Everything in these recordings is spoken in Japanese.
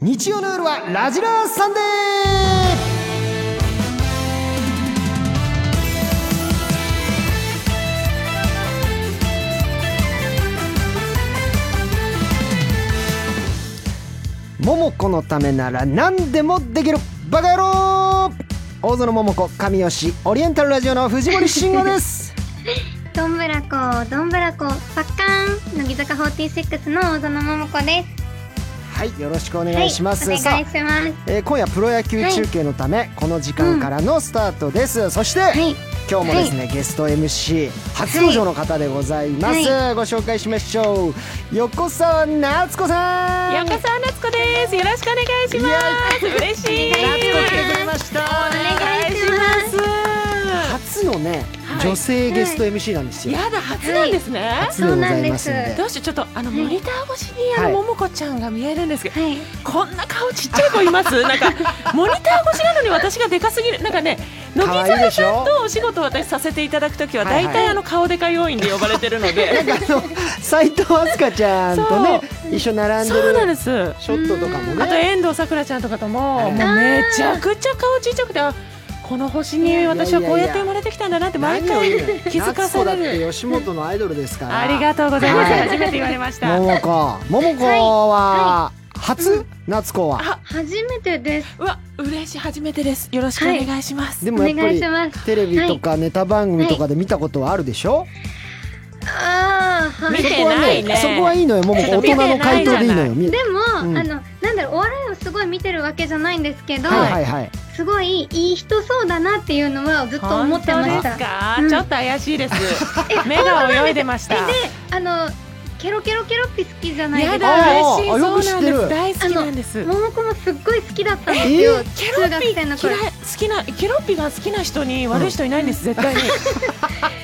日曜の夜はラジラーサンデー桃子のためなら何でもできるバカ野郎大園桃子神吉オリエンタルラジオの藤森慎吾です どんぶらこどんぶらこパッカーン乃木坂46の大園桃子ですはいよろしくお願いします、はい、おさあ願いしますえー今夜プロ野球中継のため、この時間からのスタートです、そして、はい今日もですね、ゲスト MC 初登場の方でございます、はご紹介しましょう横澤夏子さん横夏子澤夏子です。よろしくお願いします。嬉しい。来てくれましたお願いします初のね、はい女性ゲスト MC なんですよ、やだ初なんですね。初でございますんそうなんででどうしようちょっとあのはいモニター越しにあはいの桃子ちゃんが見えるんですけど、はいこんな顔ちっちゃい子います？ なんかモニター越しなのに私がでかすぎる。なんかね。乃木可愛いで坂しょさんとお仕事を私させていただくときははい大はい体あの顔でか要員で呼ばれてるので、なんかあの斉藤飛鳥ちゃんとね一緒並んでそうなんるです。あショットとかもとね遠藤さくらちゃんとかとはももいうめちゃくちゃ顔ちっちゃくて、あこの星に私はこうやって生まれてきたんだなって毎何を回言うの気づか夏子さだっれるて。吉本のアイドルですから ありがとうございます。はい初めて言われました。桃子桃子は初夏子はあ初めてですうわ、嬉しい初めてです。よろしくお願いします。でおもやっぱ願いりしますテレビとかネタ番組とかで見たことはあるでしょああははいそい見こてはなねいねそこはいいのよ桃子大見て人なのい回答でいいのよみでも、うんあのなんだろうお笑いをすごい見てるわけじゃないんですけど、はいはいはいすごいいい人そうだなっていうのはずっと思ってま本し当たですか、うんちょっと怪しいです。目が泳いでました。あのケロケロケロッピ好きじゃないやですあだ、ー嬉しい。あよくそ知っうなんでてるす。大好きなんです。桃子もすっごい好きだったんですよ、えケロ中ッ学ピ生の頃嫌い好きなケロッピが好きな人に悪い人いないんです、絶対に。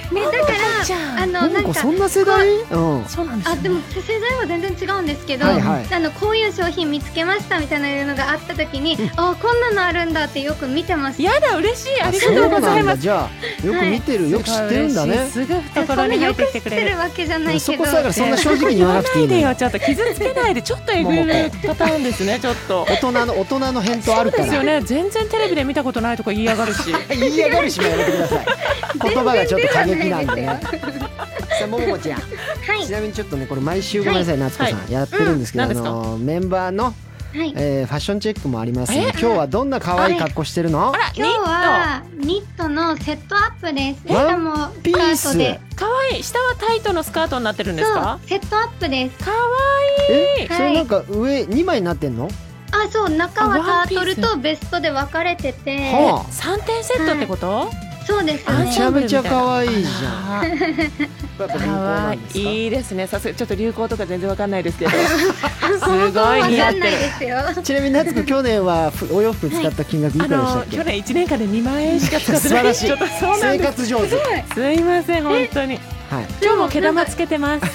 ねだかちゃらあん。のな桃ん子かそんな世代うんそうなんですよあね。でも世代は全然違うんですけど、はいはいあのこういう商品見つけましたみたいなのがあった時に、あこんなのあるんだってよく見てましたやだ、嬉しい。ありがそうとうなごんざいまだす。じゃあよく見てるよく知ってるんだすごい嬉しねいすぐそん懐なに入よっくてき知てっくてれるる。わけじゃないけどそこさえからそんな正直に言わなくていいの言よわないでよちょっと傷つけないでちょっとえぐるパターンですねちょっと大人の大人の返答あるかですよらね全然テレビで見たことないとか言いやが るし言い上がるしもやめてくだ さい言葉がちょっと過激なんでねさあ桃子ちゃんちはなみにちょっとねこれ毎週ごめんなさい夏子さんはやってるんですけどあうん何ですかのメンバーのいはいえーファッションチェックもありますんでえ今日はどんな可愛い格好してるのら今日はニットのセットアップですワ下ンもピスカーーストでニット可愛い下はタイトのスカートになってるんですそうかセットアップです可えはいそれなんか上2枚になってんのあそう中はあワタンピーートルスとベストで分かれてて愛いはあ三点セットってことそうですあめねちゃめちゃ可愛いじゃんゃんやっぱ流行可な愛んですかいですねさすがちょっと流行とか全然わかんない ですけどす本当ごはい分似合かんってないるですよちなみに夏子去年はふお洋服使った金額いあくらでしたのっ去け年一年間で二万円しか使っ 素て晴ならいしいちょっとそうなん生です活上手はいすいません本当に今日も毛玉つけてます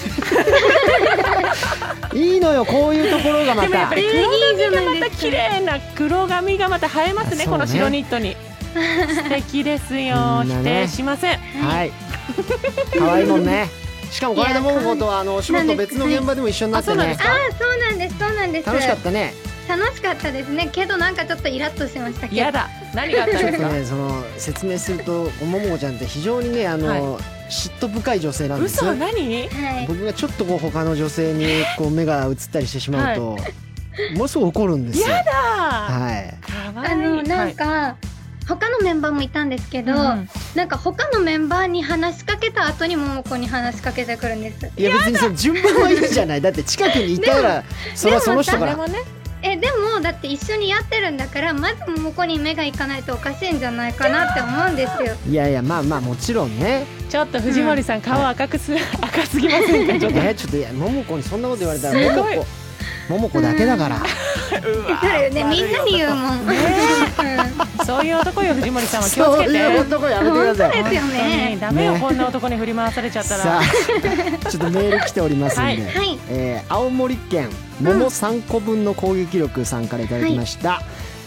いいのよこういうところがまでもやたっぱりえー黒いいじゃない髪ですがまかた綺麗な黒髪がまた映えまそすねうねこの白ニットに素敵ですこよんな否ね定しませんはい可愛いもんね しかもこの間いや桃子とはあのお仕事なんで別の現場でも一緒になってはいあねそあーそうなんですそうなんです楽しかったね楽しかったですねけどなんかちょっとイラッとしましたけどやだ何があったんちょでっすとかねその説明すると桃子ちゃんって非常にねあの、はい嫉妬深い女性なんです嘘何はい僕がちょっとこう他の女性にこう目が映ったりしてしまうと、ものすごく怒るんですよ。やだはい。かわいいあのなはんいか、他のメンバーもいたんですけど、うんなんか他のメンバーに話しかけた後に桃子に話しかけてくるんですいや別にその順番はいいじゃない。だって近くにいたらそれはその人か誰ら。もねえでもだって一緒にやってるんだからまず桃子に目がいかないとおかしいんじゃないかなって思うんですよいやいやまあまあもちろん ね。ちょっと藤森さん顔赤くす赤すぎませんか えちょっとちょっといや桃子にそんなこと言われたらすご桃い子桃子だけだから。うわだよねみんなに言うもん、うんそういう男よ藤森さんは気をつそうけいてう男やめてくだ本さ当い。ですよねねダメよねこんな男に振り回されちゃったさらあちょっとメール来ておりますんで。はいはいえー青森県桃3個分の攻撃力さんからいただきました、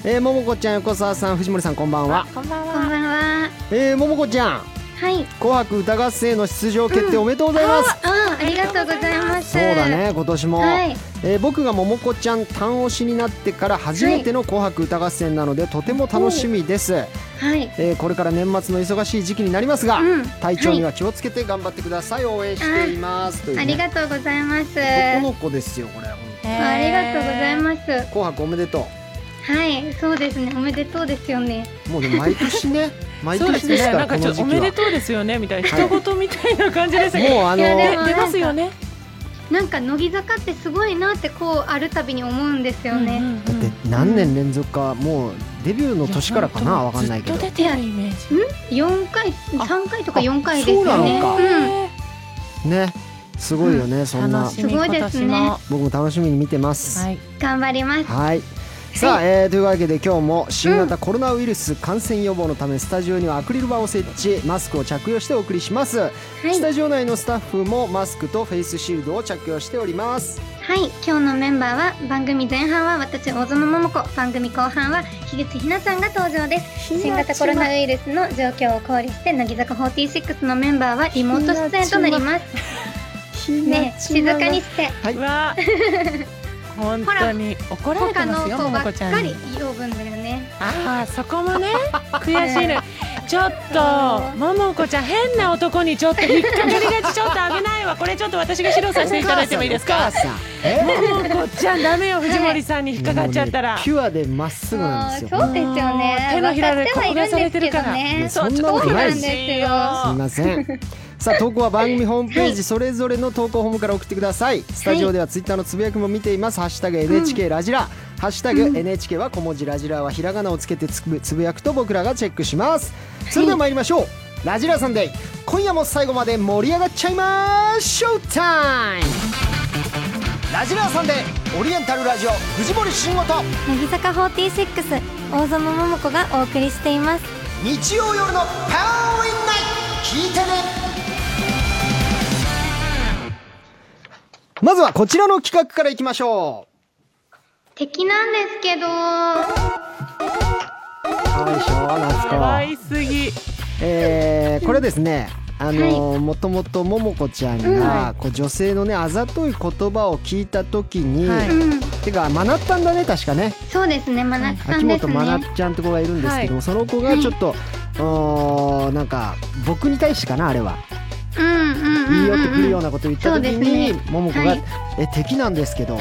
えー桃子ちゃん横澤さん藤森さんこんばんは、こんばんこんばはんはえー、桃子ちゃんはい紅白歌合戦の出場決定おめでとうございます、あありががとうございます。そうだ。ね今年も、はい。えー僕がももこちゃん単推しになってから初めての「紅白歌合戦」なのでとても楽しみです、はい。えーこれから年末の忙しい時期になりますが、うん体調には気をつけて頑張ってください、応援していますという、ね、ありがとうございます。男の子ですよこれありがとうございす。ます。紅白おめでとはい、そうですね。おめでとうですよね。う もうでも毎年ね毎そうです年でね。すかなんらこかちょのっ時とお期めではとうですよねみたいなはい人事みたいな感じですね。もうあいやでのも出ますよね。なんか乃木坂ってすごいなってこうあるたびに思うんですようんうね。んうんだって何年連続かもうデビューの年からかなわかんないけどずっと出てるイメージ。四回、あ三回とか四回ですよね。そうなのうん。ねすごいよね、そんな楽しみすごいですね今年も僕も楽しみに見てますは、はいい。頑張ります。さあ、えーというわけで今日も新型コロナウイルス感染予防のためスタジオにはアクリル板を設置マスクを着用してお送りします、はいス。タジオ内のスタッフもマスクとフェイスシールドを着用しておりますはい、今日のメンバーは番組前半は私大園桃子番組後半は樋口ひなちゃんが登場です新型コロナウイルスの状況を考慮して乃木坂46のメンバーはリモート出演となりますねえ静かにしてはいうわ。本当に怒られて他まのすよ、子もばもっこちゃかんりに。呼ぶんだよねああ、そこ もね、悔しいね。ちょっと、ももこちゃん、変な男にちょっと引っ掛けりがち、ちょっと危ないわ。これちょっと私が披露させていただいてもいいですおか母。さんえ ももこちゃん、ダメよ、藤森さんに引っかかっちゃったらもうね。ピュアでまっすぐなんですよそうですよね手のひらで分かってはいるんですけどねそんなことないですそうすみませ ん。さあ投稿は番組ホームページそれぞれの投稿フォームから送ってください。スタジオではツイッターのつぶやきも見ています。ハッシュタグ NHK ラジラ、ハッシュタグ NHK は小文字ラジラはひらがなをつけてつぶつぶやくと僕らがチェックします。それでは参りましょう。ラジラサンデー。今夜も最後まで盛り上がっちゃいまーショータイム。ラジラサンデーオリエンタルラジオ藤森慎吾と乃木坂46大園桃子がお送りしています日曜夜のパワーウィンナイト聞いてね。まずはこちらの企画からいきましょ敵なんですけどう。よいしょ、夏かわ子。いすぎ。えー、これですね。あのーもともとももこちゃんが、こう女性のねあざとい言葉を聞いた時に、はうんてかマナッタンだね確かねそうですね真夏さ秋んで元す真ね夏ちゃんって子がいるんですけども、はその子がちょっと、おーなんか僕に対してかなあれはうんうん言い寄うんってくるうんようなことを言った時そうでに、すねももこが、はいえ敵なんですけど」っ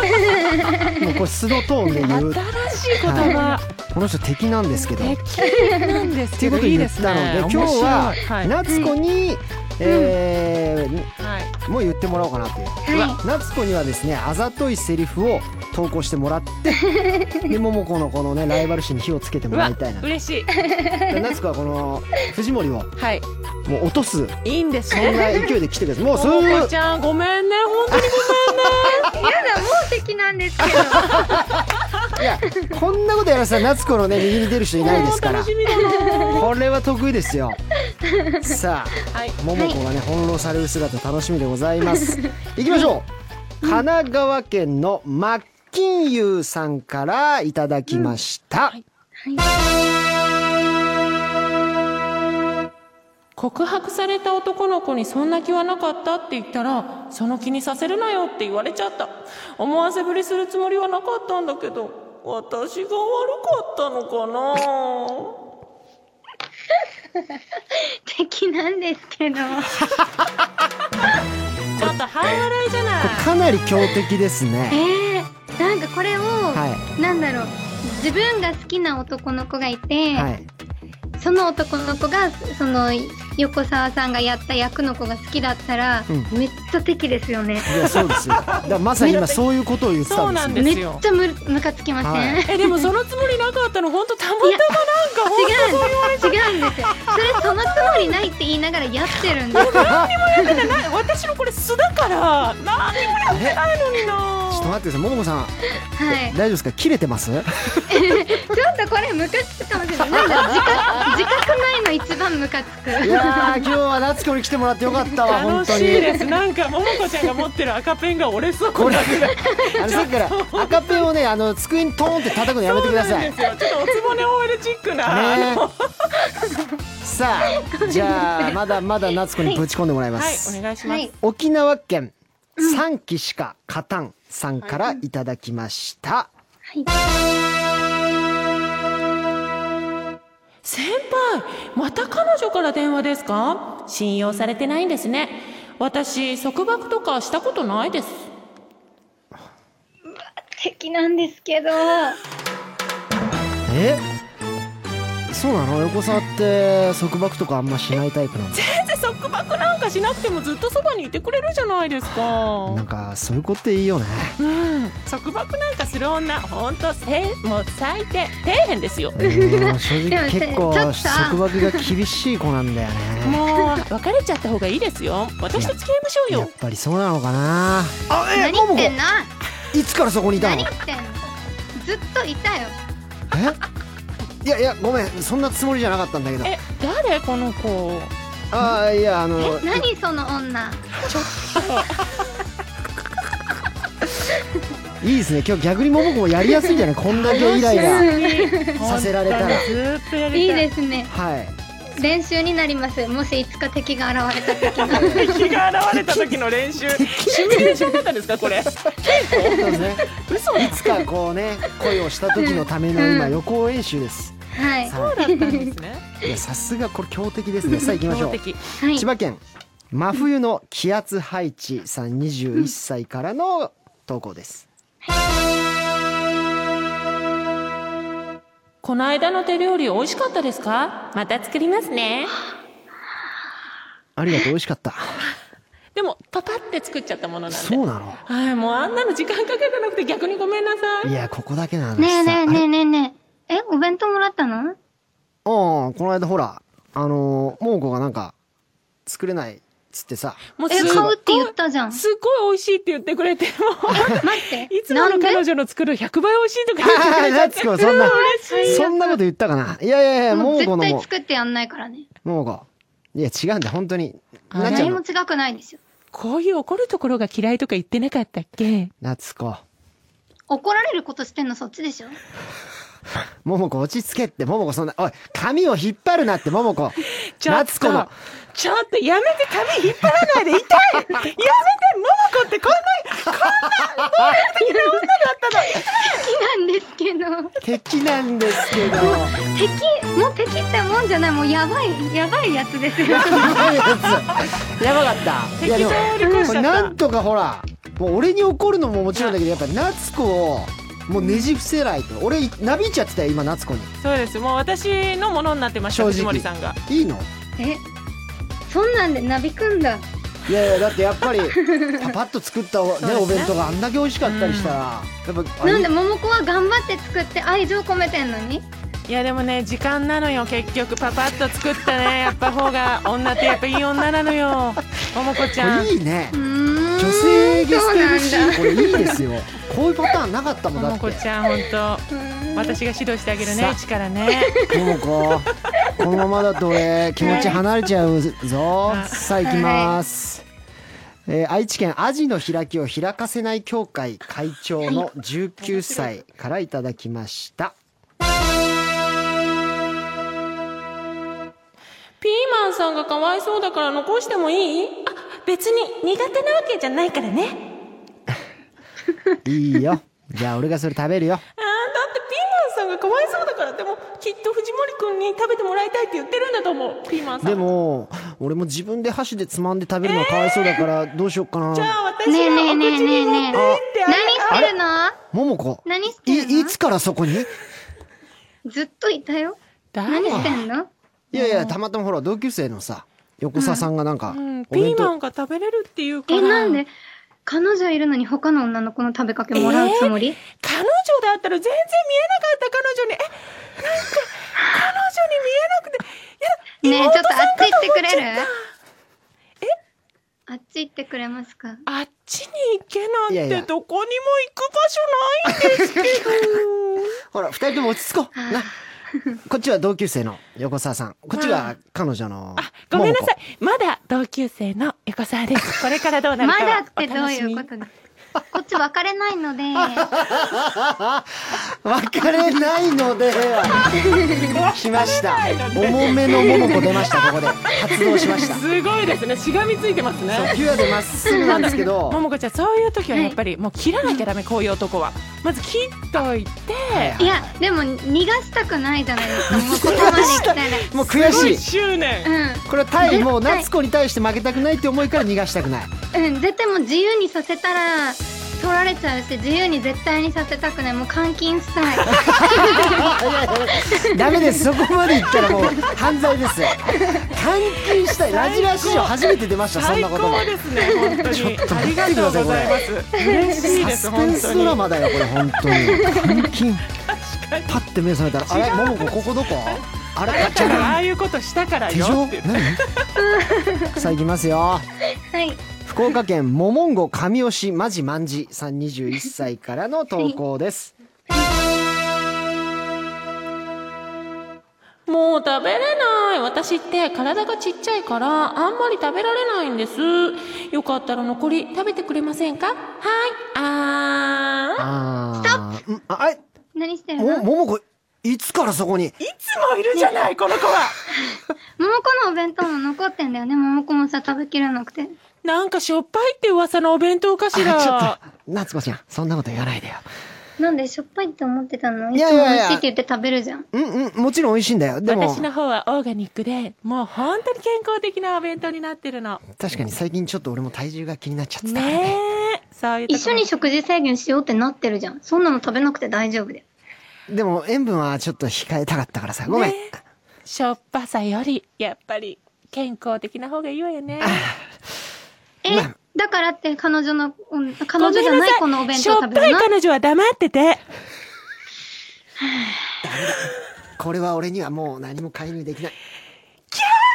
ていうね もうこれ素のトーンで言う新しい言葉。この人敵なんですけどっ敵なんですていけうこど。とをい言いでっすたのでね。今日は面白いはい。夏子に、えーはいもう言ってもらおうかなという、は夏子にはですねあざといセリフを投稿してもらって でももこのこのねライバル心に火をつけてもうらわいたいなで嬉しい。夏子はこの藤森をはい。もう落と すいいんですそんね。な勢いで来てくださいもうそうもいもうこちゃん、ごめんね、本当にいやだもう敵なんです けどいやこんなことやらせたら夏子のね右に出る人いないですから楽しみだな。これは得意ですよさはい。あ桃子がね翻弄される姿楽しみでございますいきましょう神奈川県のマッキンユーさんからいただきました、告白された男の子にそんな気はなかったって言ったら、その気にさせるなよって言われちゃった。思わせぶりするつもりはなかったんだけど、私が悪かったのかな敵なんですけどちょっと半笑いじゃない。かなり強敵ですねえー、なんかこれを、はなんだろう自分が好きな男の子がいて、はいその男の子がその横澤さんがやった役の子が好きだったら、うめっちゃ敵ですよねいやそうですよだからまさに今そういうことを言ってたんですよそうなんですめっよちゃむむかつきません、はいえでもそのつもりなかったの本当たまたまなんか違う本ん違うんですよそれそのつもりないって言いながらやってるんです当にない私のこれ素だから何にもやってないのにな ちょっと待ってください桃子さんはい大丈夫ですか切れてますちょっとこれムカつくかもしれないなんだろう自覚自覚ないの一番ムカつくいやー 今日は夏子に来てもらってよかったわ本楽し当いにですなんかももこちゃんが持ってる赤ペンが折れそうこれなあぐらいのさっきから赤ペンをねあの机にトーンって叩くのやめてくださいそうなんですよちょっとおつぼね OL チックな、ねあの さあじゃあまだまだ夏子にぶち込んでもらいまはいす、お願いします、はい。沖縄県三期しか勝たんさんからいただきました、はい。先輩また彼女から電話ですか信用されてないんですね私束縛とかしたことないです敵なんですけど。えそうなの横澤って束縛とかあんましないタイプなの全然束縛なんかしなくてもずっとそばにいてくれるじゃないですかなんかそういう子っていいよねうん束縛なんかする女ほんとせもう最低底辺ですようーん正直でも結構ちょ束っと縛が厳しい子なんだよねもう別れちゃった方がいいですよ私と付き合いましょうやよっぱりそうなのかなあ何もも言っこてんのいつからそこにいたのえ何言ってんのずっといたよ。 いやいやごめんそんなつもりじゃなかったんだけどえ誰この子ああいやあのえ、何その女。いいですね今日逆にももこもやりやすいんじゃないこんだけイライララさせられたらずーっとやりたいいいですね。はい練習になります。もしいつか敵が現れた時の。敵が現れた時の練習シミュレーションだったんですかこれそうですね嘘いつかこうね恋をした時のための今うん予行演習ですはい。ははだったんですねいいやさすがこれ強敵ですねさあ行きましょう強敵い千。葉県真冬の気圧配置さん21歳からの投稿ですこの間の手料理美味しかったですかまた作りますねありがとう美味しかったでもパパって作っちゃったものなんでそうなのはいもうあんなの時間かけてなくて逆にごめんなさいいやここだけなのねえねえねええねえねえ。え、お弁当もらったのうんこの間ほらあのー桃子がなんか作れないっつってさ もうえ、す買っごういって言ったじゃん。すっごい美味しいって言ってくれてもう待って。いつもなのんで彼女の作る100倍美味しいとか言ってくれちゃっ夏て子そんな嬉しいそんなこと言ったかないやいやいやもう桃子絶の対も作ってやんないからね。桃子いや違うんだ本当にあなっちゃ何んもの違くないですよ。こういう怒るところが嫌いとか言ってなかったっけ夏子怒られることしてんのそっちでしょ桃子落ち着けって桃子そんなおい髪を引っ張るなって桃 子ちょっ夏と子の、ちょっとやめて髪引っ張らないで痛いやめて、ももこってこんな、こん敵なんですけ敵ど。なんですけど。敵、もう敵ってもんじゃない。もうやばい、やばいやつで すよ。やばかった。いやでも適当に来しこちゃったれなんとかほら、もう俺に怒るのももちろんだけど、やっぱ夏子をもうねじ伏せないと。俺なびいちゃってたよ今夏子に。なそうです、もう私のものになってました、正直藤森さんが。いいの？え、そんなんでなびくんだ。いやいやだってやっぱり パパッと作ったおそねうですねお弁当があんだけ美味しかったりしたら、やっぱあなんで桃子は頑張って作って愛情込めてんのにいやでもね、時間なのよ、結局、パパッと作った ね、やっぱ方が、女ってやっぱいい女なのよ、ももこちゃん。いいねう。ーん。女性ゲそうなんスト MC だ。これいいですよ。こういうパターンなかったももんだもってこ。ちゃん、本当、うーん私が指導してあげるさね、あ一からね。 桃子このままだと俺気持ち離れちゃうぞはいさあ行きます、えー愛知県アジの開きを開かせない協会会長の19歳からいただきましたピーマンさんがかわいそうだから残してもいいあ、別に苦手なわけじゃないからね。いいよじゃあ俺がそれ食べるよあーだってピーマンさんがかわいそうだからでもきっと藤森くんに食べてもらいたいって言ってるんだと思うピーマンさんでも俺も自分で箸でつまんで食べるのはかわいそうだからどうしよっかじゃなあ私ねえねがえおねえ口ねにえね持えってってあ何れしてるの桃子何してるのいいつからそこにずっといたよ。誰何してんのいやいやたまたまほら同級生のさ横澤さんがなんかうんおピ弁ー当、マンが食べれるっていうからえ、なんで彼女いるのに他の女の子の食べかけもらうつもり、彼女だったら全然見えなかった彼女にえなんか彼女に見えなねえ、ちょくていっとあっち行ってくれる妹さんかと思っちゃったあっち行ってくれますかあっちに行けなんていやいやどこにも行く場所ないんですけどほら、二人とも落ち着こう。な。こっちは同級生の横澤さん。こっちが彼女の。あごめんなさ桃いまだ同級生の横澤ですこれからどうなるまかはだってどうお楽しいみうことですこっち別れないので、別れないの で来ました重めの桃子出ましたここで発動しましたすごいですねしがみついてますねそうピュアでまっすぐなんですけどももこちゃんそういう時はやっぱりもう切らなきゃダメ、こういう男はまず切っといていや、でも逃がしたくないじゃないですか、もうここまで来たら。もう悔すごいしい執念うこれは対もう絶対夏子に対して負けたくないって思いから逃がしたくないん、うん、絶対もう自由にさせたら取られちゃうし自由に絶対にさせたくないもう監禁したいダメですそこまでいったらもう犯罪です 監禁したいラジラ史上初めて出ましたそん最なことも高ですね本当にありがとうございます嬉しいサですスペ本ン当スにドラマだよこれ本当に監禁パッて目覚めたらあれ桃子ここどこあれだじかゃらあああいうことしたから手よ錠って何さあいきますよはい福岡県モモンゴ神吉まじまんじさん21歳からの投稿ですもう食べれない私って体がちっちゃいからあんまり食べられないんですよかったら残り食べてくれませんかはいあーんあーうんああれ何してるのも桃桃子いつからそこにいつもいるじゃないこの子は子のお弁当も残ってんだよね桃子もさ食べきれなくてなんかしょっぱいって噂のお弁当かあしらちょっと夏子ちゃんそんなこと言わないでよなんでしょっぱいって思ってたのいいつやもい美やいや味しいって言って食べるじゃんうんうんもちろん美味しいんだよでも私の方はオーガニックでもう本当に健康的なお弁当になってるの確かに最近ちょっと俺も体重が気になっちゃってたからねねえそういうとこ一緒に食事制限しようってなってるじゃんそんなの食べなくて大丈夫ででも塩分はちょっと控えたかったからさごめん、ねしょっぱさよりやっぱり健康的な方がいいわよねえ、まあだからって彼女のうん彼女じゃない子のお弁当食ごめんべなさるいしょっなぱい彼女は黙っててこれは俺にはもう何も介入できないキャー首を絞め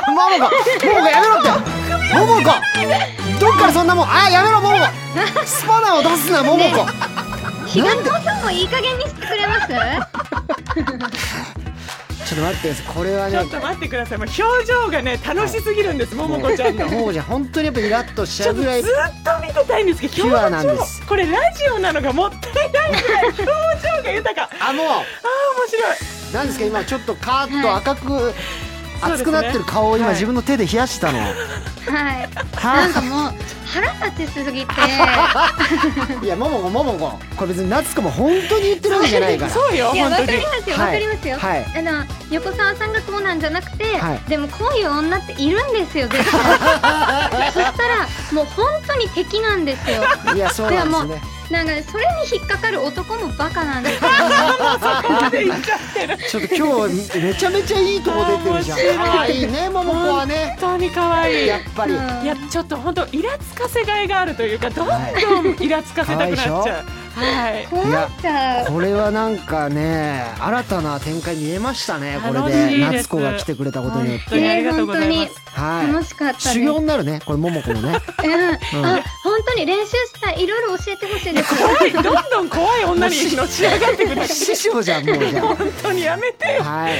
ないで モモコモモコやめろってモモコどっからそんなもんあやめろモモコスパナを出す なモモコ、日がのさんもいい加減にしてくれますちょっと待ってこれはちょねっと待ってくださいもう表情がね楽しすぎるんですももこちゃんのもうじゃん本当にやっぱイラッとしちちゃょうっとぐずらいっと見てたいんですけどピュアなん表で情すこれラジオなのがもったいないぐらい表情が豊かああもうあ面白い何ですか今ちょっとカーッとはい赤く、ね熱くなってる顔を今はい自分の手で冷やしたの、 はいはなんかもう腹立ちすぎてい、いやモモコモモコこれ別に夏子も本当に言ってるわけじゃないからそうよいやわ本か当りにますよはいわかりますよ、はいあの横澤さんがこうなんじゃなくて、はいでもこういう女っているんですよ絶対 そしたらもう本当に敵なんですよい やそうなんですでもねなんかそれに引っかかる男もバカなんですよちょっと今日めちゃめちゃいいとこ出て るじゃん。面白い可愛いね、ももこはね。本当に可愛いいやっやぱり。うんはいちょっと本当イラつかせがいがあるというかどんどんイラつかせたくなっちゃうはい困っちゃうこれはなんかね、新たな展開見えましたね。これ楽しでいです夏子が来てくれたことによっ本当て。にありがとうございます、ねは楽しかっい。たです、修行になるね、これももこの ね。うん、あ本当に練習したいいろいろ教えてほしいです よ怖いどんどん怖い女にのし上がってくる師匠じゃん、もうじゃ本当にやめてよん。はい。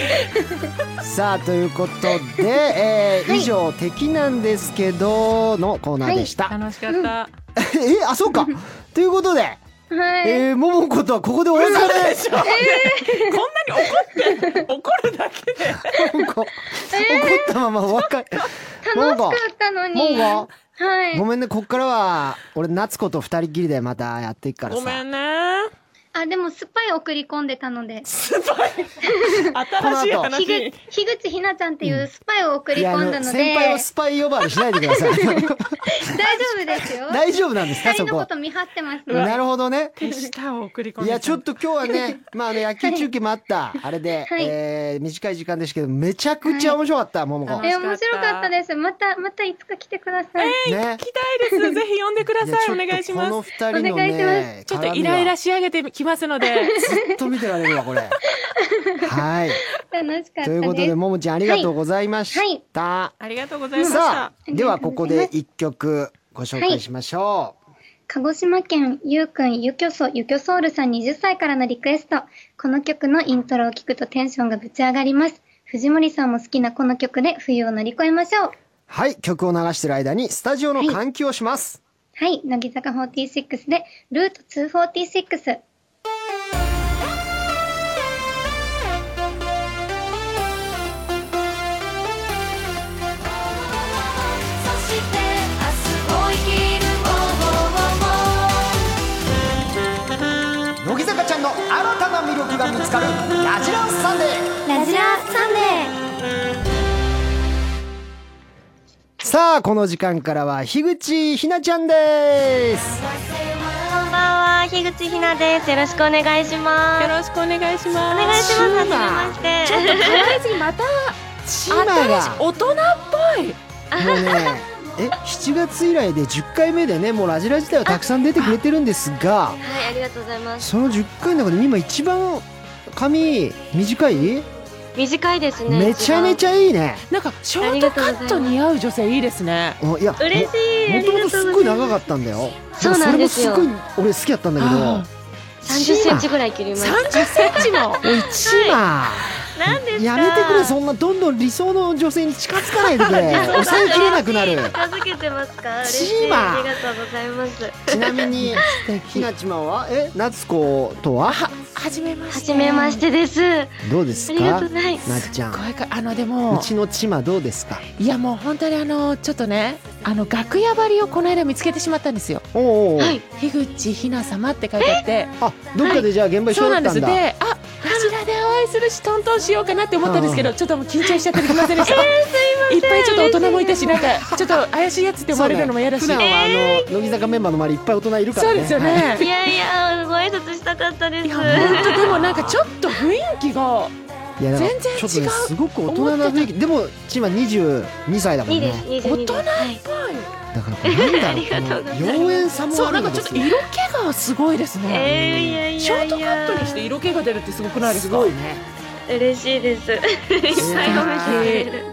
さあということで、えーはい以上「敵なんですけど」のコーナーでした。楽しかった、 えあ そうかということで、はい、えー、ももことはここでお別れちょっとねこんなに怒って怒るだけでなん か怒ったままお別れ。楽しかったのにモンゴはいごめんね、こっからは、俺、夏子と二人きりでまたやっていくからさ。ごめんねあでも酸っぱい送り込んでたのでスパイ新しいこの後樋話口樋口ひなちゃんっていう酸っぱいを送いりや、あ込んだの、ので、先輩をスパイ呼ばわりしないでください。 大丈夫ですよ大丈夫なんですか、二そ人のここ。と見張ってますのでなるほどね。手下を送り込んいでや、ちょっと今日はね、まあ、あの、野球中継もあった、あれで、 はいえー、短い時間ですけど、めちゃくちゃ面白かった、桃子。はいね。え面白かったですまたまたいつか来てください、ね聞きたいですぜひ呼んでくだいさやちいょおっと願いしまこのす二人のお願いしねま、ちょっとイライラし仕上げてきますのでずっと見てられるわ、これ。はい。楽しかったですということで、ももちゃん、ありがとうございました。ありがとうございましたさあ、うんではここで一曲ご紹介しましょう。鹿児島県ゆうくんゆきょそゆきょソウルさん20歳からのリクエストこの曲のイントロを聞くとテンションがぶち上がります藤森さんも好きなこの曲で冬を乗り越えましょうはい、曲を流してる間にスタジオの換気をします。はい、乃木坂46で、ルート246。そして明日を生きる方法も乃木坂ちゃんの新たな魅力が見つかるラジラサンデーラジラサンデーさあこの時間からは樋口ひなちゃんですこんばんは、樋口ひなです。よろしくお願いします。よろしくお願いします。お願いします。はじめまして。ちょっと千葉が大人っぽい。もうねえ7月以来で10回目でねもうラジラ自体はたくさん出てくれてるんですがはい、ありがとうございます。その10回の中で今一番髪短い、短いですね。めちゃめゃ。ちゃいいねなんかショートカット似合う女性いいですね。おいや嬉しい。あもりともとがとすうっごごいざいま長かったんだよす。そうなんですよそれ。もすっごい俺好きやったんだけあど三十センチぐらい切りまし三十センチの。おいチマた。なんですか。やめてくれそんなどんどん理想の女性に近づかないでくれ抑えきれなくなる近づけてますか。嬉しチーい。マーありがとうございます。ちなみにひなちまはえ夏子とははじめまして。はじめましてです。あどうですりがかとうございます。なっちゃん声かあのでうもちのチマどうですかいやもう本当にあのちょっとねあの楽屋張りをこの間見つけてしまったんですよおうおうはい。樋口ひな様って書いてあってあどっかでじゃあ現場一そ緒うだなっんでたんすだであこちらでお会いするしトントンしようかなって思ったんですけどちょっともう緊張しちゃってできませんでしたいっぱいちょっと大人もいたしなんかちょっと怪しいやつって思われるのも嫌だし普段はあの乃木坂メンバーの周りいっぱい大人いるからそうねですよはいいねやいや、ご挨拶したかったでいす。や本当でもなんかちょっと雰囲気がいやだから全然違うちょっとねすごく大人な雰囲気でもチマ22歳だもいんいねです。22です大人はいだからこうなんだろありがうとうごこざのいます妖艶さもそうあなるんんでかちょっすとよ色気がすごいですえねー、いやいやいや。ショートカットにして色気が出るってすごくないですかね嬉しいです。いっぱい褒めてくれる。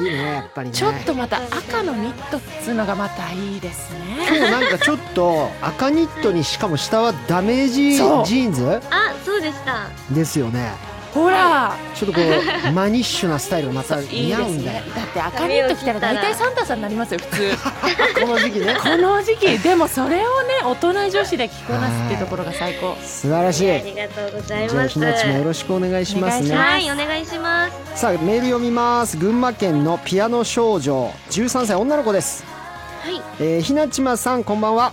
いいねやっぱりねちょっとまた赤のニットっつうのがまたいいです ね今日なんかちょっと赤ニットにしかも下はダメージジそうーンズあ、そうでした。ですよねほらちょっとこうマニッシュなスタイルがまたいい似で合うすんだよねだって赤ニット着たら大体サンタさんになりますよ普通 この時期ね この時期でもそれをね大人女子で着こなすってところが最高素晴らしいありがとうございじゃあます。ひなちもよろしくお願いしますねはい、お願いします。さあメール読みます群馬県のピアノ少女13歳女の子です、はい、えー、ひなちまさんこんばんは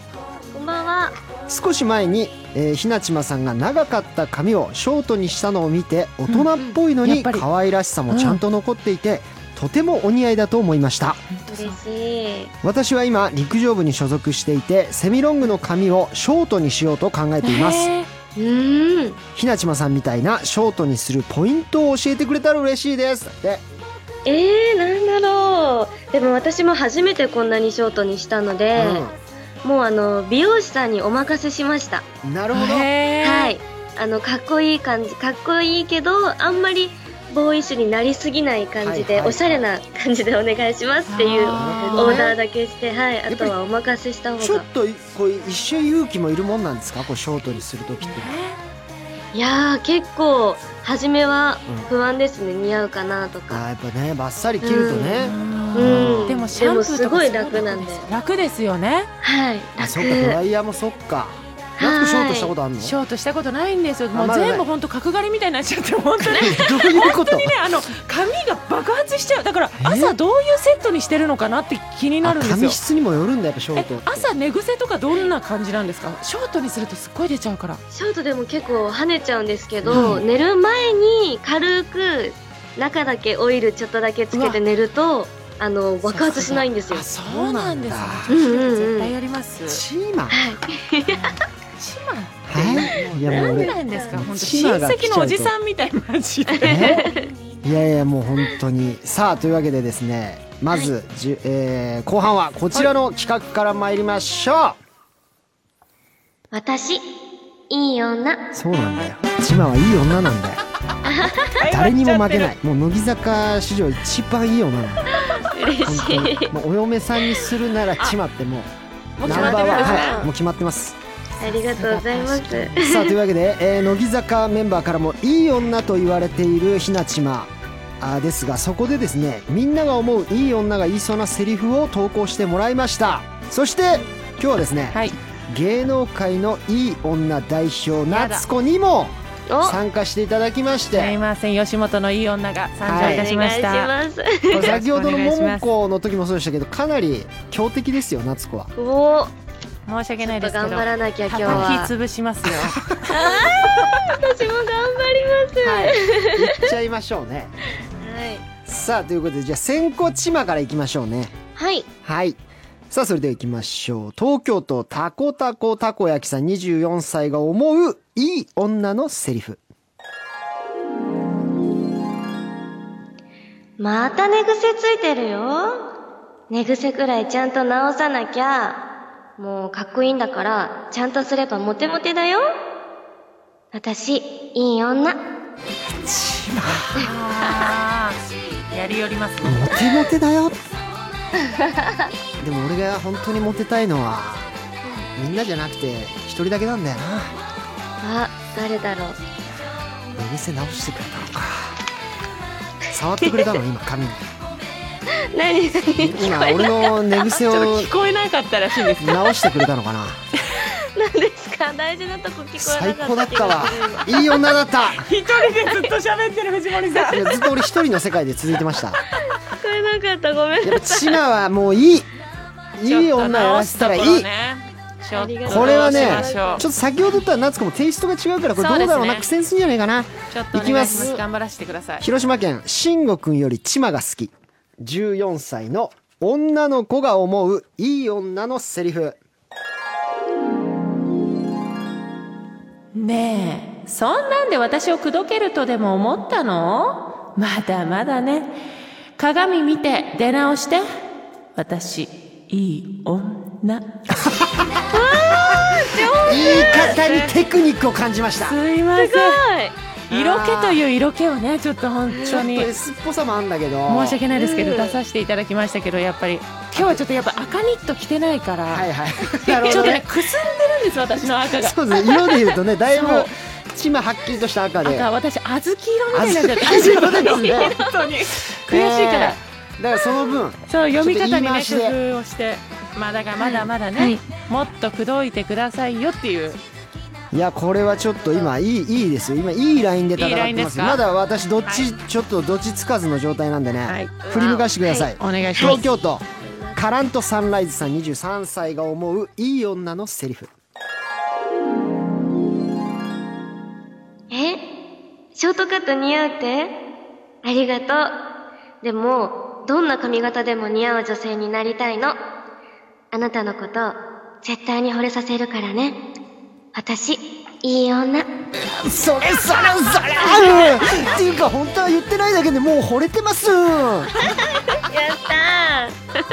こんばんは。少し前に、えー、ひなちまさんが長かった髪をショートにしたのを見て大人っぽいのうんうんやにっぱり可愛らしさもちゃんと残っていて、とてもお似合いだと思いました嬉しい。私は今陸上部に所属していてセミロングの髪をショートにしようと考えていますへーうーん。ひなちまさんみたいなショートにするポイントを教えてくれたら嬉しいですでえー、なんだろう。でも私も初めてこんなにショートにしたので、もうあの美容師さんにお任せしました。うん、なるほどへーはい。あのかっこいい感じ、かっこいいけどあんまりボーイッシュになりすぎない感じはいで、はいおしゃれな感じでお願いしますっていうオあーーダーだけして、はい。あとはお任せしたち方ょっが。とこう一瞬勇気もいるもんなんですかこうショートにする時っていやー、結構初めは不安ですね。似合うかなとあか。ーやっぱねバッサリ切るとね、うんでもシャンプーとかでもすごい楽なんで楽ですよねはい。あそっかド楽ライヤーもそっか夏子ショートしたことあるのショートしたことないんですよもあうまだない全部本当角刈りみたいになっちゃって本当にどういう ことねあの髪が爆発しちゃうだからえ朝どういうセットにしてるのかなって気になあるんですよ髪質にもよるんだやっぱショーえトって朝寝癖とかどんな感じなんですかショートにするとすっごい出ちゃうからショートでも結構跳ねちゃうんですけど、はい寝る前に軽く中だけオイルちょっとだけつけて寝るとあの爆発しないんですよあ。そうなんですねそうな女子んだ力絶対やり ますチーマチマはいいやもう何俺なんですか本当チマ親が来ちゃうと戚のおじさんみたいなじでねいやいやもう本当にさあというわけでですねまずじゅ、えー後半はこちらの企画から参りましょう、私いい女そうなんだよチマはいい女なんだよ誰にも負けないいもう乃木坂史上一番いい 女なんだよ嬉本し当い。にもうお嫁さんにするならチマってもうもうナ決ンまバっーてるんワンですねはいもう決まってますありがとうございます。さあというわけで、えー乃木坂メンバーからもいい女と言われているひなちまあーですがそこでですねみんなが思ういい女が言いそうなセリフを投稿してもらいましたそして日はですね、はい芸能界のいい女代表夏子にも参加していただきましすいてません吉本のいい女が参上いたしました、お願いしますこれ先ほどのよろしくお願桃いします子の時もそうでしたけどかなり強敵ですよ夏子はおー申し訳ないちょでっすとけど頑張らなきゃ今日叩はき潰しますよ私も頑張りますはい行っちゃいましょうね はい、さあということでじゃあ先行千葉から行きましょうねはい、はい。さあ、それでは行きましょう。東京都タコタコたこ焼きさん24歳が思ういい女のセリフ。また寝癖ついてるよ寝癖くらいちゃんと直さなきゃもうかっこいいんだからちゃんとすればモテモテだよ私いい女あーやりよりますねモテモテだよ。でも俺が本当にモテたいのは、みんなじゃなくて一人だけなんだよな。あ誰だろうお店直してくれたのか。触ってくれたの今髪に。何何今俺の寝癖ちょっをと聞こえなかったらしいです直してくれたのかな。何ですか大事なとこ聞こえ最なかった高だったわ。いい女だった。一人でずっと喋ってる藤森さんいやずっと俺一人の世界で続いてました。聞こえなかったごめんやっぱチマはもういいいい女やらせたらいい、ちょっと直すところねちょっとこれはねどうしましょうちょっと先ほどとは夏子もテイストが違うからこれどうだろうそうですな、ね苦戦するんじゃないかなちょっとおいきま願いしますす頑張らせてください広島県慎吾くんよりチマが好き14歳の女の子が思ういい女のセリフねえそんなんで私を口説けるとでも思ったのまだまだね鏡見て出直して私いい女言い方にテクニックを感じましたすいませんはい色気という色気をねちょっと本ちょ当っとに薄っぽさもあんだけど申し訳ないですけどうん出させていただきましたけどやっぱり今日はちょっとやっぱ赤ニット着てないから、はいはい なるほちょどっとねねくすんでるんです私の赤がそうですね色で言うとねだいぶそうチマはっきりとした赤で赤私小豆色みたいになっちゃった小豆色ですね 本当に悔しいから、ねえだからその分そう読み方にねち工ょっと言い回しで夫をしてまだがまだまだね、はいもっと口説いてくださいよっていういやこれはちょっと今いいいいですよ今いいラインで戦いいラっインてでますすかまだ私どっち、はちょっとどっちつかずの状態なんでね、はい振り向かしてください、お願いしま東す京都カラントサンライズさん23歳が思ういい女のセリフえショートカット似合うってありがとう。でも、どんな髪型でも似合う女性になりたいの。あなたのこと、絶対に惚れさせるからね。私、いい女。それそれそれっていうか本当は言ってないだけでもう惚れてますやったー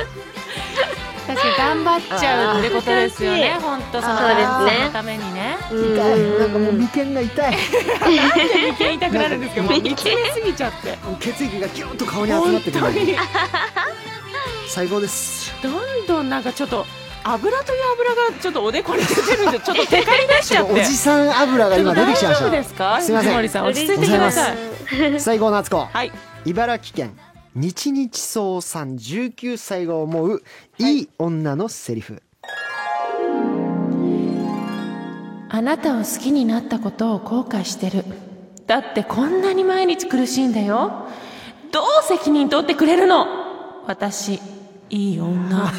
確かに頑張っちゃうってことですよねあー本当そのそうですねそのためにねうん痛いなんかもううん眉間が痛い眉間痛くなるんですけどもう見つめすぎちゃって血液がギュッと顔に集ま本ってく当るに最高ですどんどんなんかちょっと油という油がちょっとおでこに出てるんでちょっとテカり出しちゃっておじさん油がちょっ今出とて大きちゃいま丈夫でしすかすいません藤森さん落ち着いてくださいた最高夏子はい茨城県日日草さん19歳が思ういい女のセリフ、あなたを好きになったことを後悔してるだってこんなに毎日苦しいんだよどう責任取ってくれるの私いい 女悪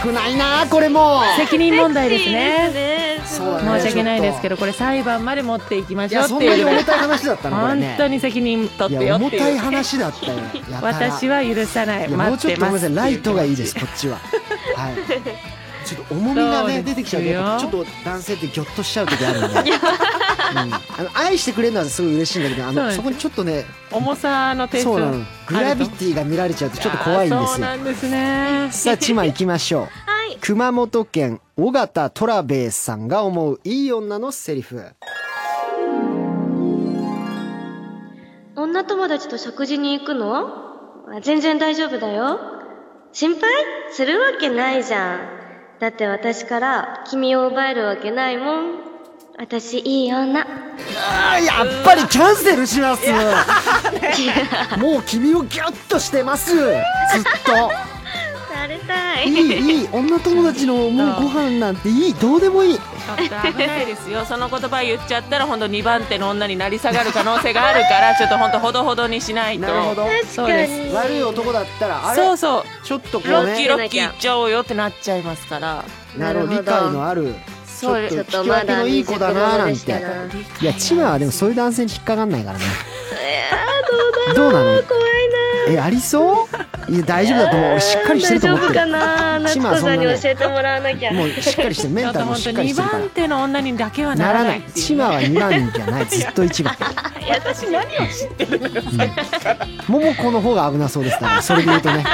くないなこれも責任問題ですねそううだね申し訳ないですけどどこれ裁判まで持っていきまいしょうやってそんないうにぐら重いたい話だったのこれ本当ねに責任取っいてやよっ重てたいいう話だったよやたら私は許さないいやもう待ちょっってとごめんなまさすいライトがいいですこっちははいちょっと重みがねそうですよ出てきちゃうとやっぱちょっと男性ってギョッとしちゃう時あるんで、うん、あの愛してくれるのはすごい嬉しいんだけどあそうのですそこにちょっとね重さのテストそうなのグラビティが見られちゃうとちょっと怖いんあでーすそうよなんですねさあ、千葉行きましょう。はい。熊本県、尾形トラベーさんが思ういい女のセリフ。女友達と食事に行くのあ全然大丈夫だよ。心配するわけないじゃん。だって私から君を奪えるわけないもん。私いい女。あーやっぱりキャンセルします。もう君をギュッとしてます。ずっと。あれべたいいい。いい女友達のもうご飯なんていいどうでもいいちょっと危ないですよその言葉言っちゃったら本当2番手の女になり下がる可能性がある からちょっと本当ほどほどにしないとなるほどそうです悪い男だったらあれそうそうちょっとこロうッキーねロッキーいっちゃおうよってなっちゃいますからなるほど理解のあるちょそっうとち聞ょっときま分けだのい未い子熟だな者なでんしたな。ていや千葉はでもそういう男性に引っかかんないからねどうなの怖いえありそういや大丈夫だと思うしっかりしてる大と丈思ってる夫かな夏千子葉はそんさなんにね教えてもらわなきゃもうしっかりしてるメちょンっタルとも本し当っかりにし2てるか番手の女にだけはらななららなないいっていう千ね葉は2番じゃないずっと1番私何を知って桃子の方が危なそうですだからそれで言うとね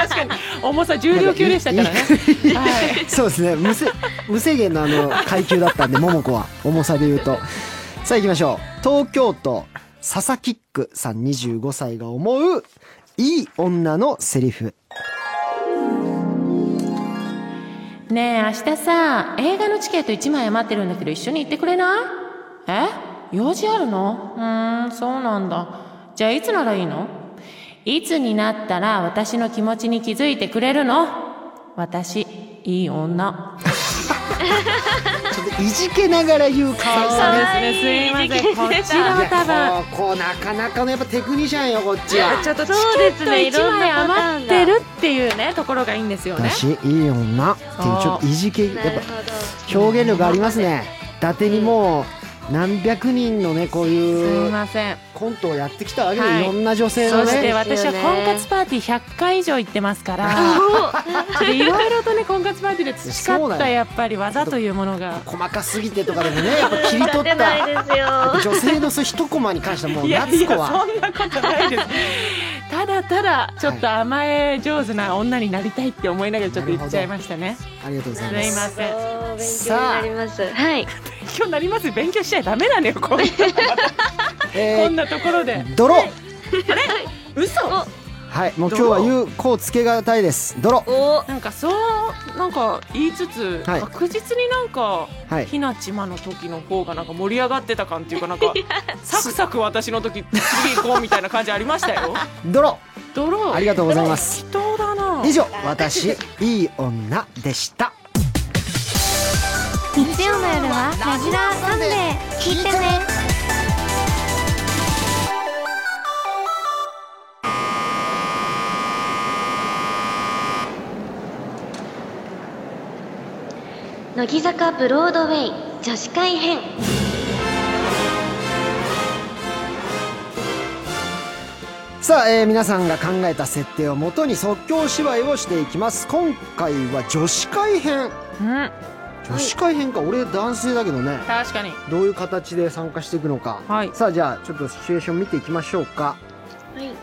重さ重量級でしたからねはいそうですね無制無制限のあの階級だったんで桃子は重さで言うとさあ行きましょう東京都佐々キックさん25歳が思ういい女のセリフねえ明日さ映画のチケット1枚余ってるんだけど一緒に行ってくれないえ用事あるのうーんそうなんだじゃあいつならいいのいつになったら私の気持ちに気づいてくれるの私いい女ちょっといじけながら言う可愛さねそうですねすいませんこちらは多分こうこうなかなかのやっぱテクニシャンよこっちはちょっとチそうケでットすねいろ1ん枚なパター余ンっがてるっていうねところがいいんですよね私いい女っていうちょっといじけやなっるぱほど表現力ありますね伊達にもう何百人のねこうすいいうませんコントをやってきたわけで、はいい、ろんな女性のそしてね私は婚活パーティー100回以上行ってますからいろいろとね婚活パーティーでそう培っだたよやっぱり技というものが細かすぎてとかでもねやっ ぱ切り取出っないたですよ女性のそういう一コマに関してはもういや夏い子やそんはなことないですただただちょっと甘え上手な女になりたいって思いながらちょっと言っちゃいましたねありがとうございすまいすません勉そう勉強になりますはい強になります勉強しちゃダメなのよこんなえこんなところでー、泥嘘はいもう今日は言うこうつけがたいです泥おなんかそうなんか言いつつ、はい確実になんか、はいひなちまの時の方がなんか盛り上がってた感って いうかなんかサクサク私の時次行こうみたいな感 じありましたよ泥泥ありがとうございます適当だな以上私いい女でした日曜の夜はラジラーサンデー聞いてね乃木坂ブロードウェイ女子会編さあ、えー皆さんが考えた設定をもとに即興芝居をしていきます今回は女子会編うん女子会編か俺男性だけどね確かにどういう形で参加していくのか、はいさあじゃあちょっとシチュエーション見ていきましょうかはい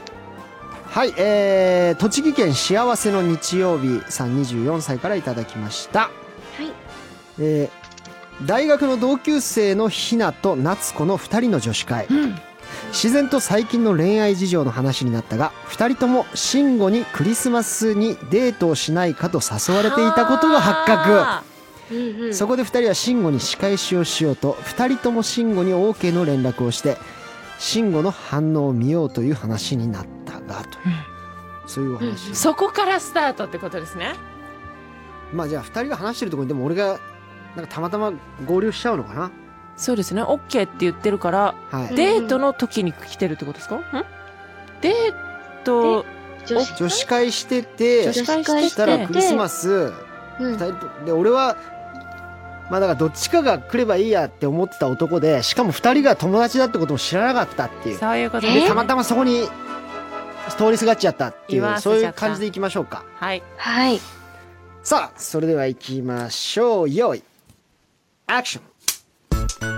はい、えー、栃木県幸せの日曜日さん24歳からいただきました、はいえー大学の同級生のひなと夏子の2人の女子会、自然と最近の恋愛事情の話になったが2人とも慎吾にクリスマスにデートをしないかと誘われていたことが発覚うんうんそこで2人は慎吾に仕返しをしようと2人とも慎吾に OK の連絡をして慎吾の反応を見ようという話になったがという、そういうお話、そこからスタートってことですねまあじゃあ2人が話してるところにでも俺がなんかたまたま合流しちゃうのかなそうですね OK って言ってるからはい、デートの時に来てるってことですかんデート女子女子会してて女し子会してたらクリスマスうん二人とで俺はまあだからどっちかが来ればいいやって思ってた男でしかも2人が友達だってことも知らなかったっていうそういうことえでねたまたまそこに通りすがっちゃったってい言わうせそういちゃうった感じでいきましょうかはいはいさあそれではいきましょうよいアクション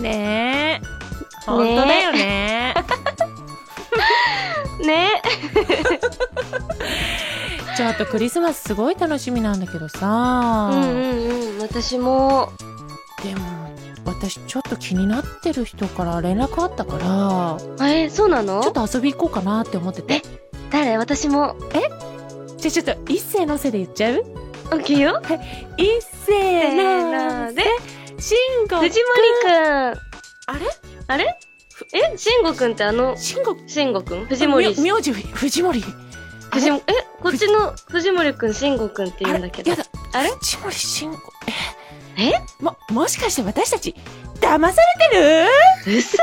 ねえ本当だよねねちょっとクリスマスすごい楽しみなんだけどさ、うんうんうん私もでも私ちょっと気になってる人から連絡あったからえそうなのちょっと遊び行こうかなって思ってて誰私もじゃあちょっと一斉のせで言っちゃう OK よ一せ斉ーののでせ慎吾藤森くんあれあれえ慎吾くんってあの慎吾慎吾くん藤森み名字藤森藤えこっちの藤森くん慎吾くんって言うんだけどやだあれ藤森慎吾ええももしかして私たち騙されてる 嘘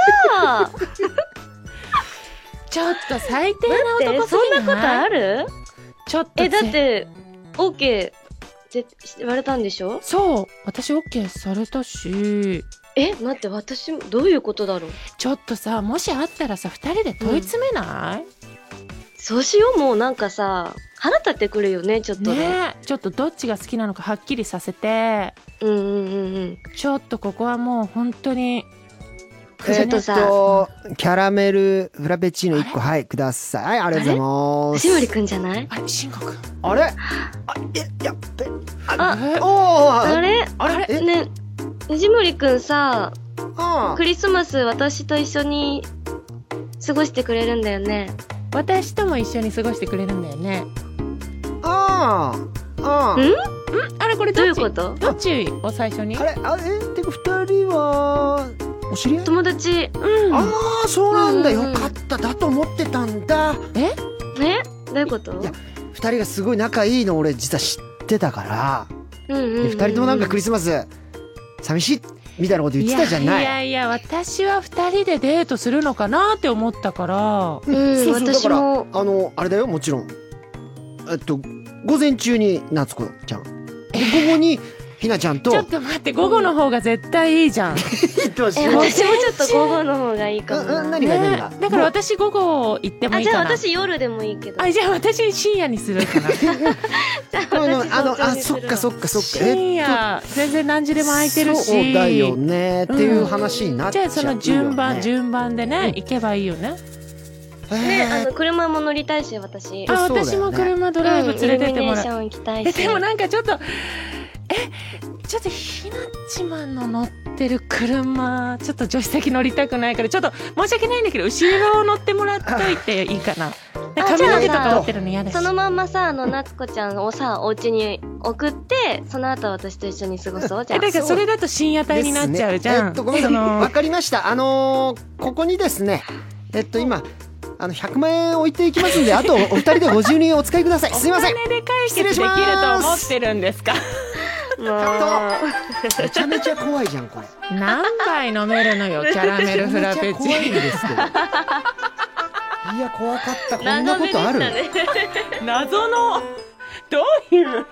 ちょっと最低なで男すそんなぎないことあるちょっとえだっぜて OK ぜ言われたんでしょそう私 OK されたしえ待って私もどういうことだろうちょっとさもしあったらさ二人で問い詰めない、そうしようもうなんかさ腹立ってくるよねちょっとねねえちょっとどっちが好きなのかはっきりさせてうんうんうんうんちょっとここはもう本当にええーっっととささ、キャラメルフラペチーノ一個はいください。はい、ありがとうござ藤いま森す。くんじゃないあれ慎吾くんあれ、あ、え、やっべ、あえおあーれあれ、え、ね藤森くんさあクリスマス私と一緒に過ごしてくれるんだよね私とも一緒に過ごしてくれるんだよねあ、ああ、ああれこれどどうっいうちことどっちを最初にあれ、あ、え、てか二人はお知り合い？友達うんああ、そうなんだ。うんうんよかっただと思ってたんだ。ねどういうこといや二人がすごい仲いいの俺実は知ってたから。うんうんうんで二人ともなんかクリスマス寂しいみたいなこと言ってたじゃない。いやいやいや私は2人でデートするのかなって思ったからうんそうそうだ私からもあのあれだよもちろんえっと午前中に夏子ちゃんで午後にひなちゃんとちょっと待って午後の方が絶対いいじゃん、え私もちょっと午後の方がいいかもうんうんな 何が何ねがだから私午後行ってもあいいじゃかあな私夜でもいいけど あじゃあ私深夜にするかなじゃあもうあのあのあ私そっ早朝にするわかそっ かそっか深夜全然何時でも空いてるしそうだよねっていう話になっちじゃうゃよあねその順番、順番でね行けばいいよねねえあーの車も乗りたいし私あそうだよね私も車ドライブ連れてってもうんイルミネーらシう、ョン行きたいえしでもなんかちょっとえちょっとひなちまんの乗ってる車ちょっと助手席乗りたくないからちょっと申し訳ないんだけど後ろを乗ってもらっといていいかなであ髪の毛とじゃあか折ってるの嫌だしそのまんまさあの夏子ちゃんをさお家に送ってその後私と一緒に過ごそうじゃえあだからそれだと深夜帯になっちゃうじですねゃん、えっとごめんなそさいのわかりましたあのーここにですねえっと今あの100万円置いていきますんであとお二人でご自由にお使いくだ さいすいませんお金で解決失で礼きしるますと思ってるんですかもうめちゃめちゃ怖いじゃんこれ何杯飲めるのよキャラメルフラペチめちゃめちゃ怖いんーですけどいや怖かったこんなことある、長めでしたねノ謎のどういう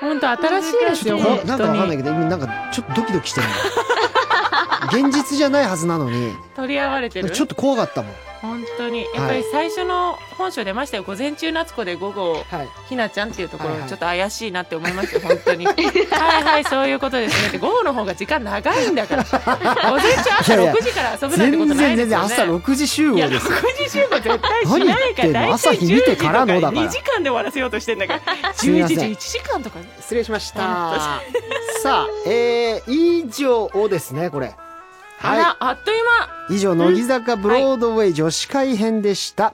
本当新しいですよな本なんかわか当んないにけど今なんかちょっとドキドキしてるの現実じゃないはずなの に取り合われてるちょっと怖かったもん本当にやっぱり最初の本書出ましたよ午前中夏子で午後はいひなちゃんっていうところはいはいちょっと怪しいなって思いました本当にはいはいそういうことですねって午後の方が時間長いん だから午前中朝いやいや6時から遊ぶなんてこ全と然ない全です然よね朝6時集合いや、で6す時集合絶対しないから、何言ってんの大朝体日見てからの10時だとから2時間で終わらせようとしてんだから、すい11ませ時、ん1時間とか。失礼しましたさあえー、以上をですねこれあはら、あっという間い以上乃木坂ブロードウェイ女子会編でした、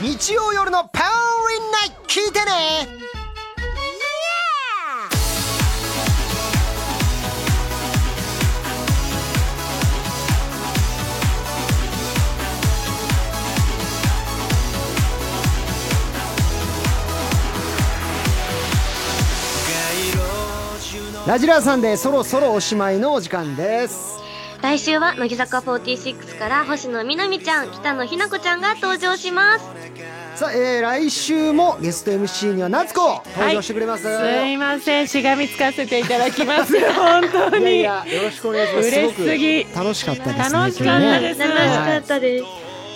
日曜夜のパウリンナイト聞いてねラジラーさんでそろそろおしまいのお時間です来週は乃木坂46から星野みなみちゃん北野日な子ちゃんが登場しますさあ、えー、来週もゲスト MC には夏子登場してくれます、すいいません、しがみつかせていただきます。 本や当いに。やよろしくお願いします嬉しすぎごく楽しかったですね楽しかったです楽しかったです、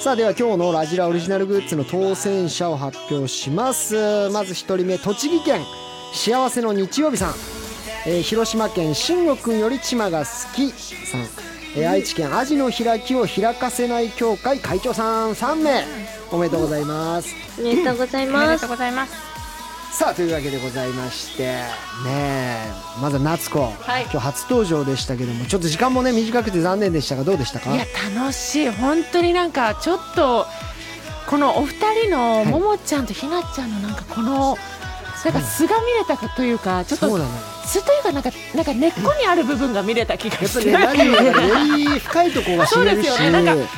さあでは今日のラジラオリジナルグッズの当選者を発表しますまず一人目栃木県幸せの日曜日さん、えー広島県慎吾くんよりちまが好きさん、えー愛知県アジの開きを開かせない協会会長さん3名おめでとうございますおめでとうござおいめまですとうございます。さあというわけでございましてねえまずは夏子、い今日初登場でしたけどもちょっと時間もね短くて残念でしたがどうでしたかいや、楽しい。本当になんか、ちょっと、このお二人の、いももちゃんとひなちゃんのなんか、この、なんか素が見れたかというか、ちょっそうとなのよ素というか、なんか、なんか根っこにある部分が見れた気がやっぱしりて。ねラジオがより深いところが知れるしそうですよねなんか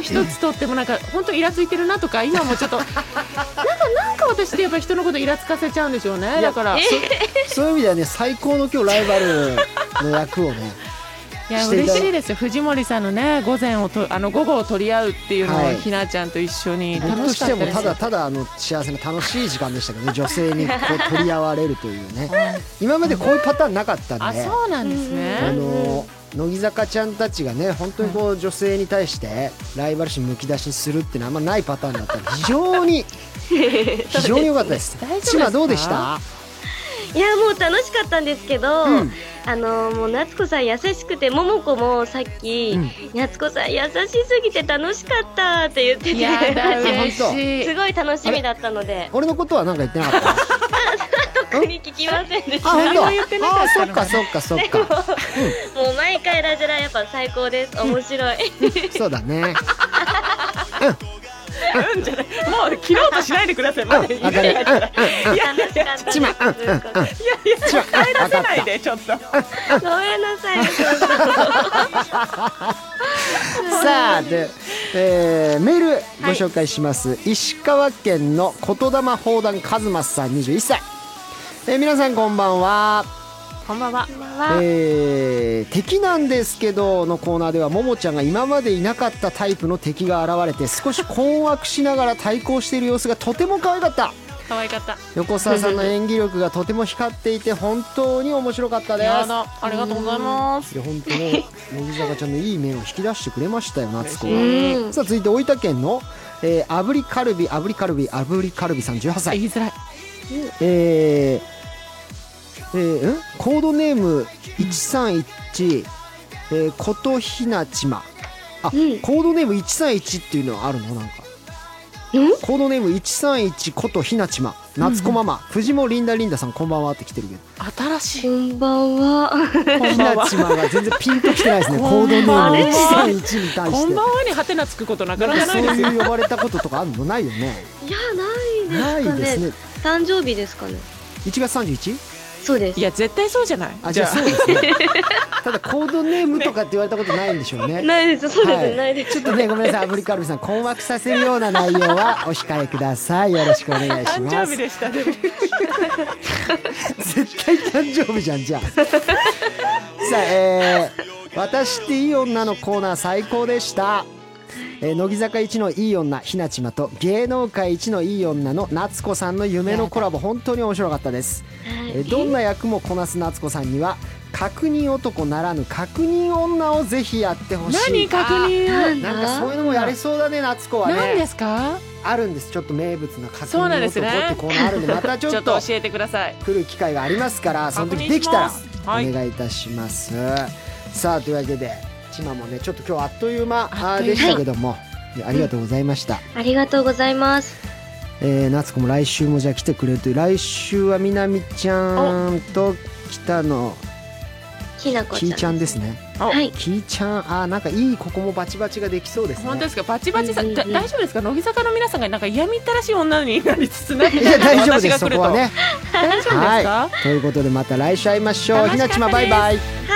表情一つとってもなんか本当イラついてるなとか今もちょっとなんかなんか私ってやっぱ人のことイラつかせちゃうんでしょうねだからいそういう意味ではね最高の今日ライバルの役をねやしていた嬉しいですよ藤森さんのね午前をとあの午後を取り合うっていうのはをいひなちゃんと一緒に僕と 楽ししかてったもでたすよだただあの幸せな楽しい時間でしたけどね女性にこう取り合われるというね今までこういうパターンなかったんあでそうなんですあねの乃木坂ちゃんたちがね本当にこう女性に対してライバル心むき出しにするっていうのはあんまないパターンだったんで非常 に非常に良かったです大丈夫ですか千葉どうでしたいやもう楽しかったんですけど、うんあのもう夏子さん優しくて桃子もさっき、うん夏子さん優しすぎて楽しかったって言っていやだて嬉しいすごい楽しみだったので俺のことはなんか言ってなかったあ特に聞きませんでした本何当も言ってなかあったそっのかそっかそっ かもう毎回ラジラやっぱ最高です面白いそうだねもう切ろうとしないでくださいうんまわだか言るうんいたいうんやうん楽しかった千葉うんうんうん千葉うんわか出っせないたでちょっとごめんなさい さあで、えーメールご紹介します、石川県の言霊砲弾和正さん21歳、えー皆さんこんばんはこんばんはえー敵なんですけど」のコーナーではももちゃんが今までいなかったタイプの敵が現れて少し困惑しながら対抗している様子が とても可愛かった可愛かった横澤さんの演技力がとても光っていて本当に面白かったですやだありがとうございますいや本当ね乃木坂ちゃんのいい面を引き出してくれま したよ夏子がうんさあ続いて大分県の、えー、炙りカルビ炙りカルビ炙りカルビさん18歳言いづらいえーえーんコードネーム131、えー、ことひなちまあ、んコードネーム131っていうのはあるのなんかコードネーム131ことひなちま夏子ママ、藤森リンダリンダさんこんばんはって来てるけ ど新しいこんばんはひな ち まが全然ピンときてないですねコードネーム131に対してこんばんはにハテナつくことなかななんかかそなういですよ。いう呼ばれたこととかあるのないよ ねいやないですないかねですね誕生日ですかね1月 31? そうですいや絶対そうじゃない。あじゃあそうです ねただコードネームとかって言われたことないんでしょうねないですそうです、はないいですちょっとねごめんなさいアブリカルビさん困惑させるような内容はお控えくださいよろしくお願いし誕ま生す日でしたね。絶対誕生日じゃんじ ゃあさあえー私っていい女」のコーナー最高でした、えー乃木坂一のいい女ひなちまと芸能界一のいい女の夏子さんの夢のコラボ本当に面白かったです、えーどんな役もこなす夏子さんには確認男ならぬ確認女をぜひやってほしい何確認を。なんかそういうのもやれそうだね夏子はね何ですか。あるんですちょっと名物の確認そうなんですね男ってコーナーあるんでまたち ちょょっっとと教えてください。来る機会がありますからその時できたら確認しおますはい願いいたします、さあというわけでちまもねちょっと今日あっという間あっという間でしたけども、いやありがとうございました、ありがとうございますえー夏子も来週もじゃあ来てくれるという来週はみなみちゃんと北野きなこきちいゃんちゃんですねゃんはいきいちゃんあーなんかいいここもバチバチができそうですね本当ですか。バチバチさうんんうんだ大丈夫ですか。乃木坂の皆さんがなんか嫌みったらしい女になりつつないいや大丈夫で私すがそ来ることはね 大丈夫ですか。ということでまた来週会いましょう楽ひしかなったちまバイバイは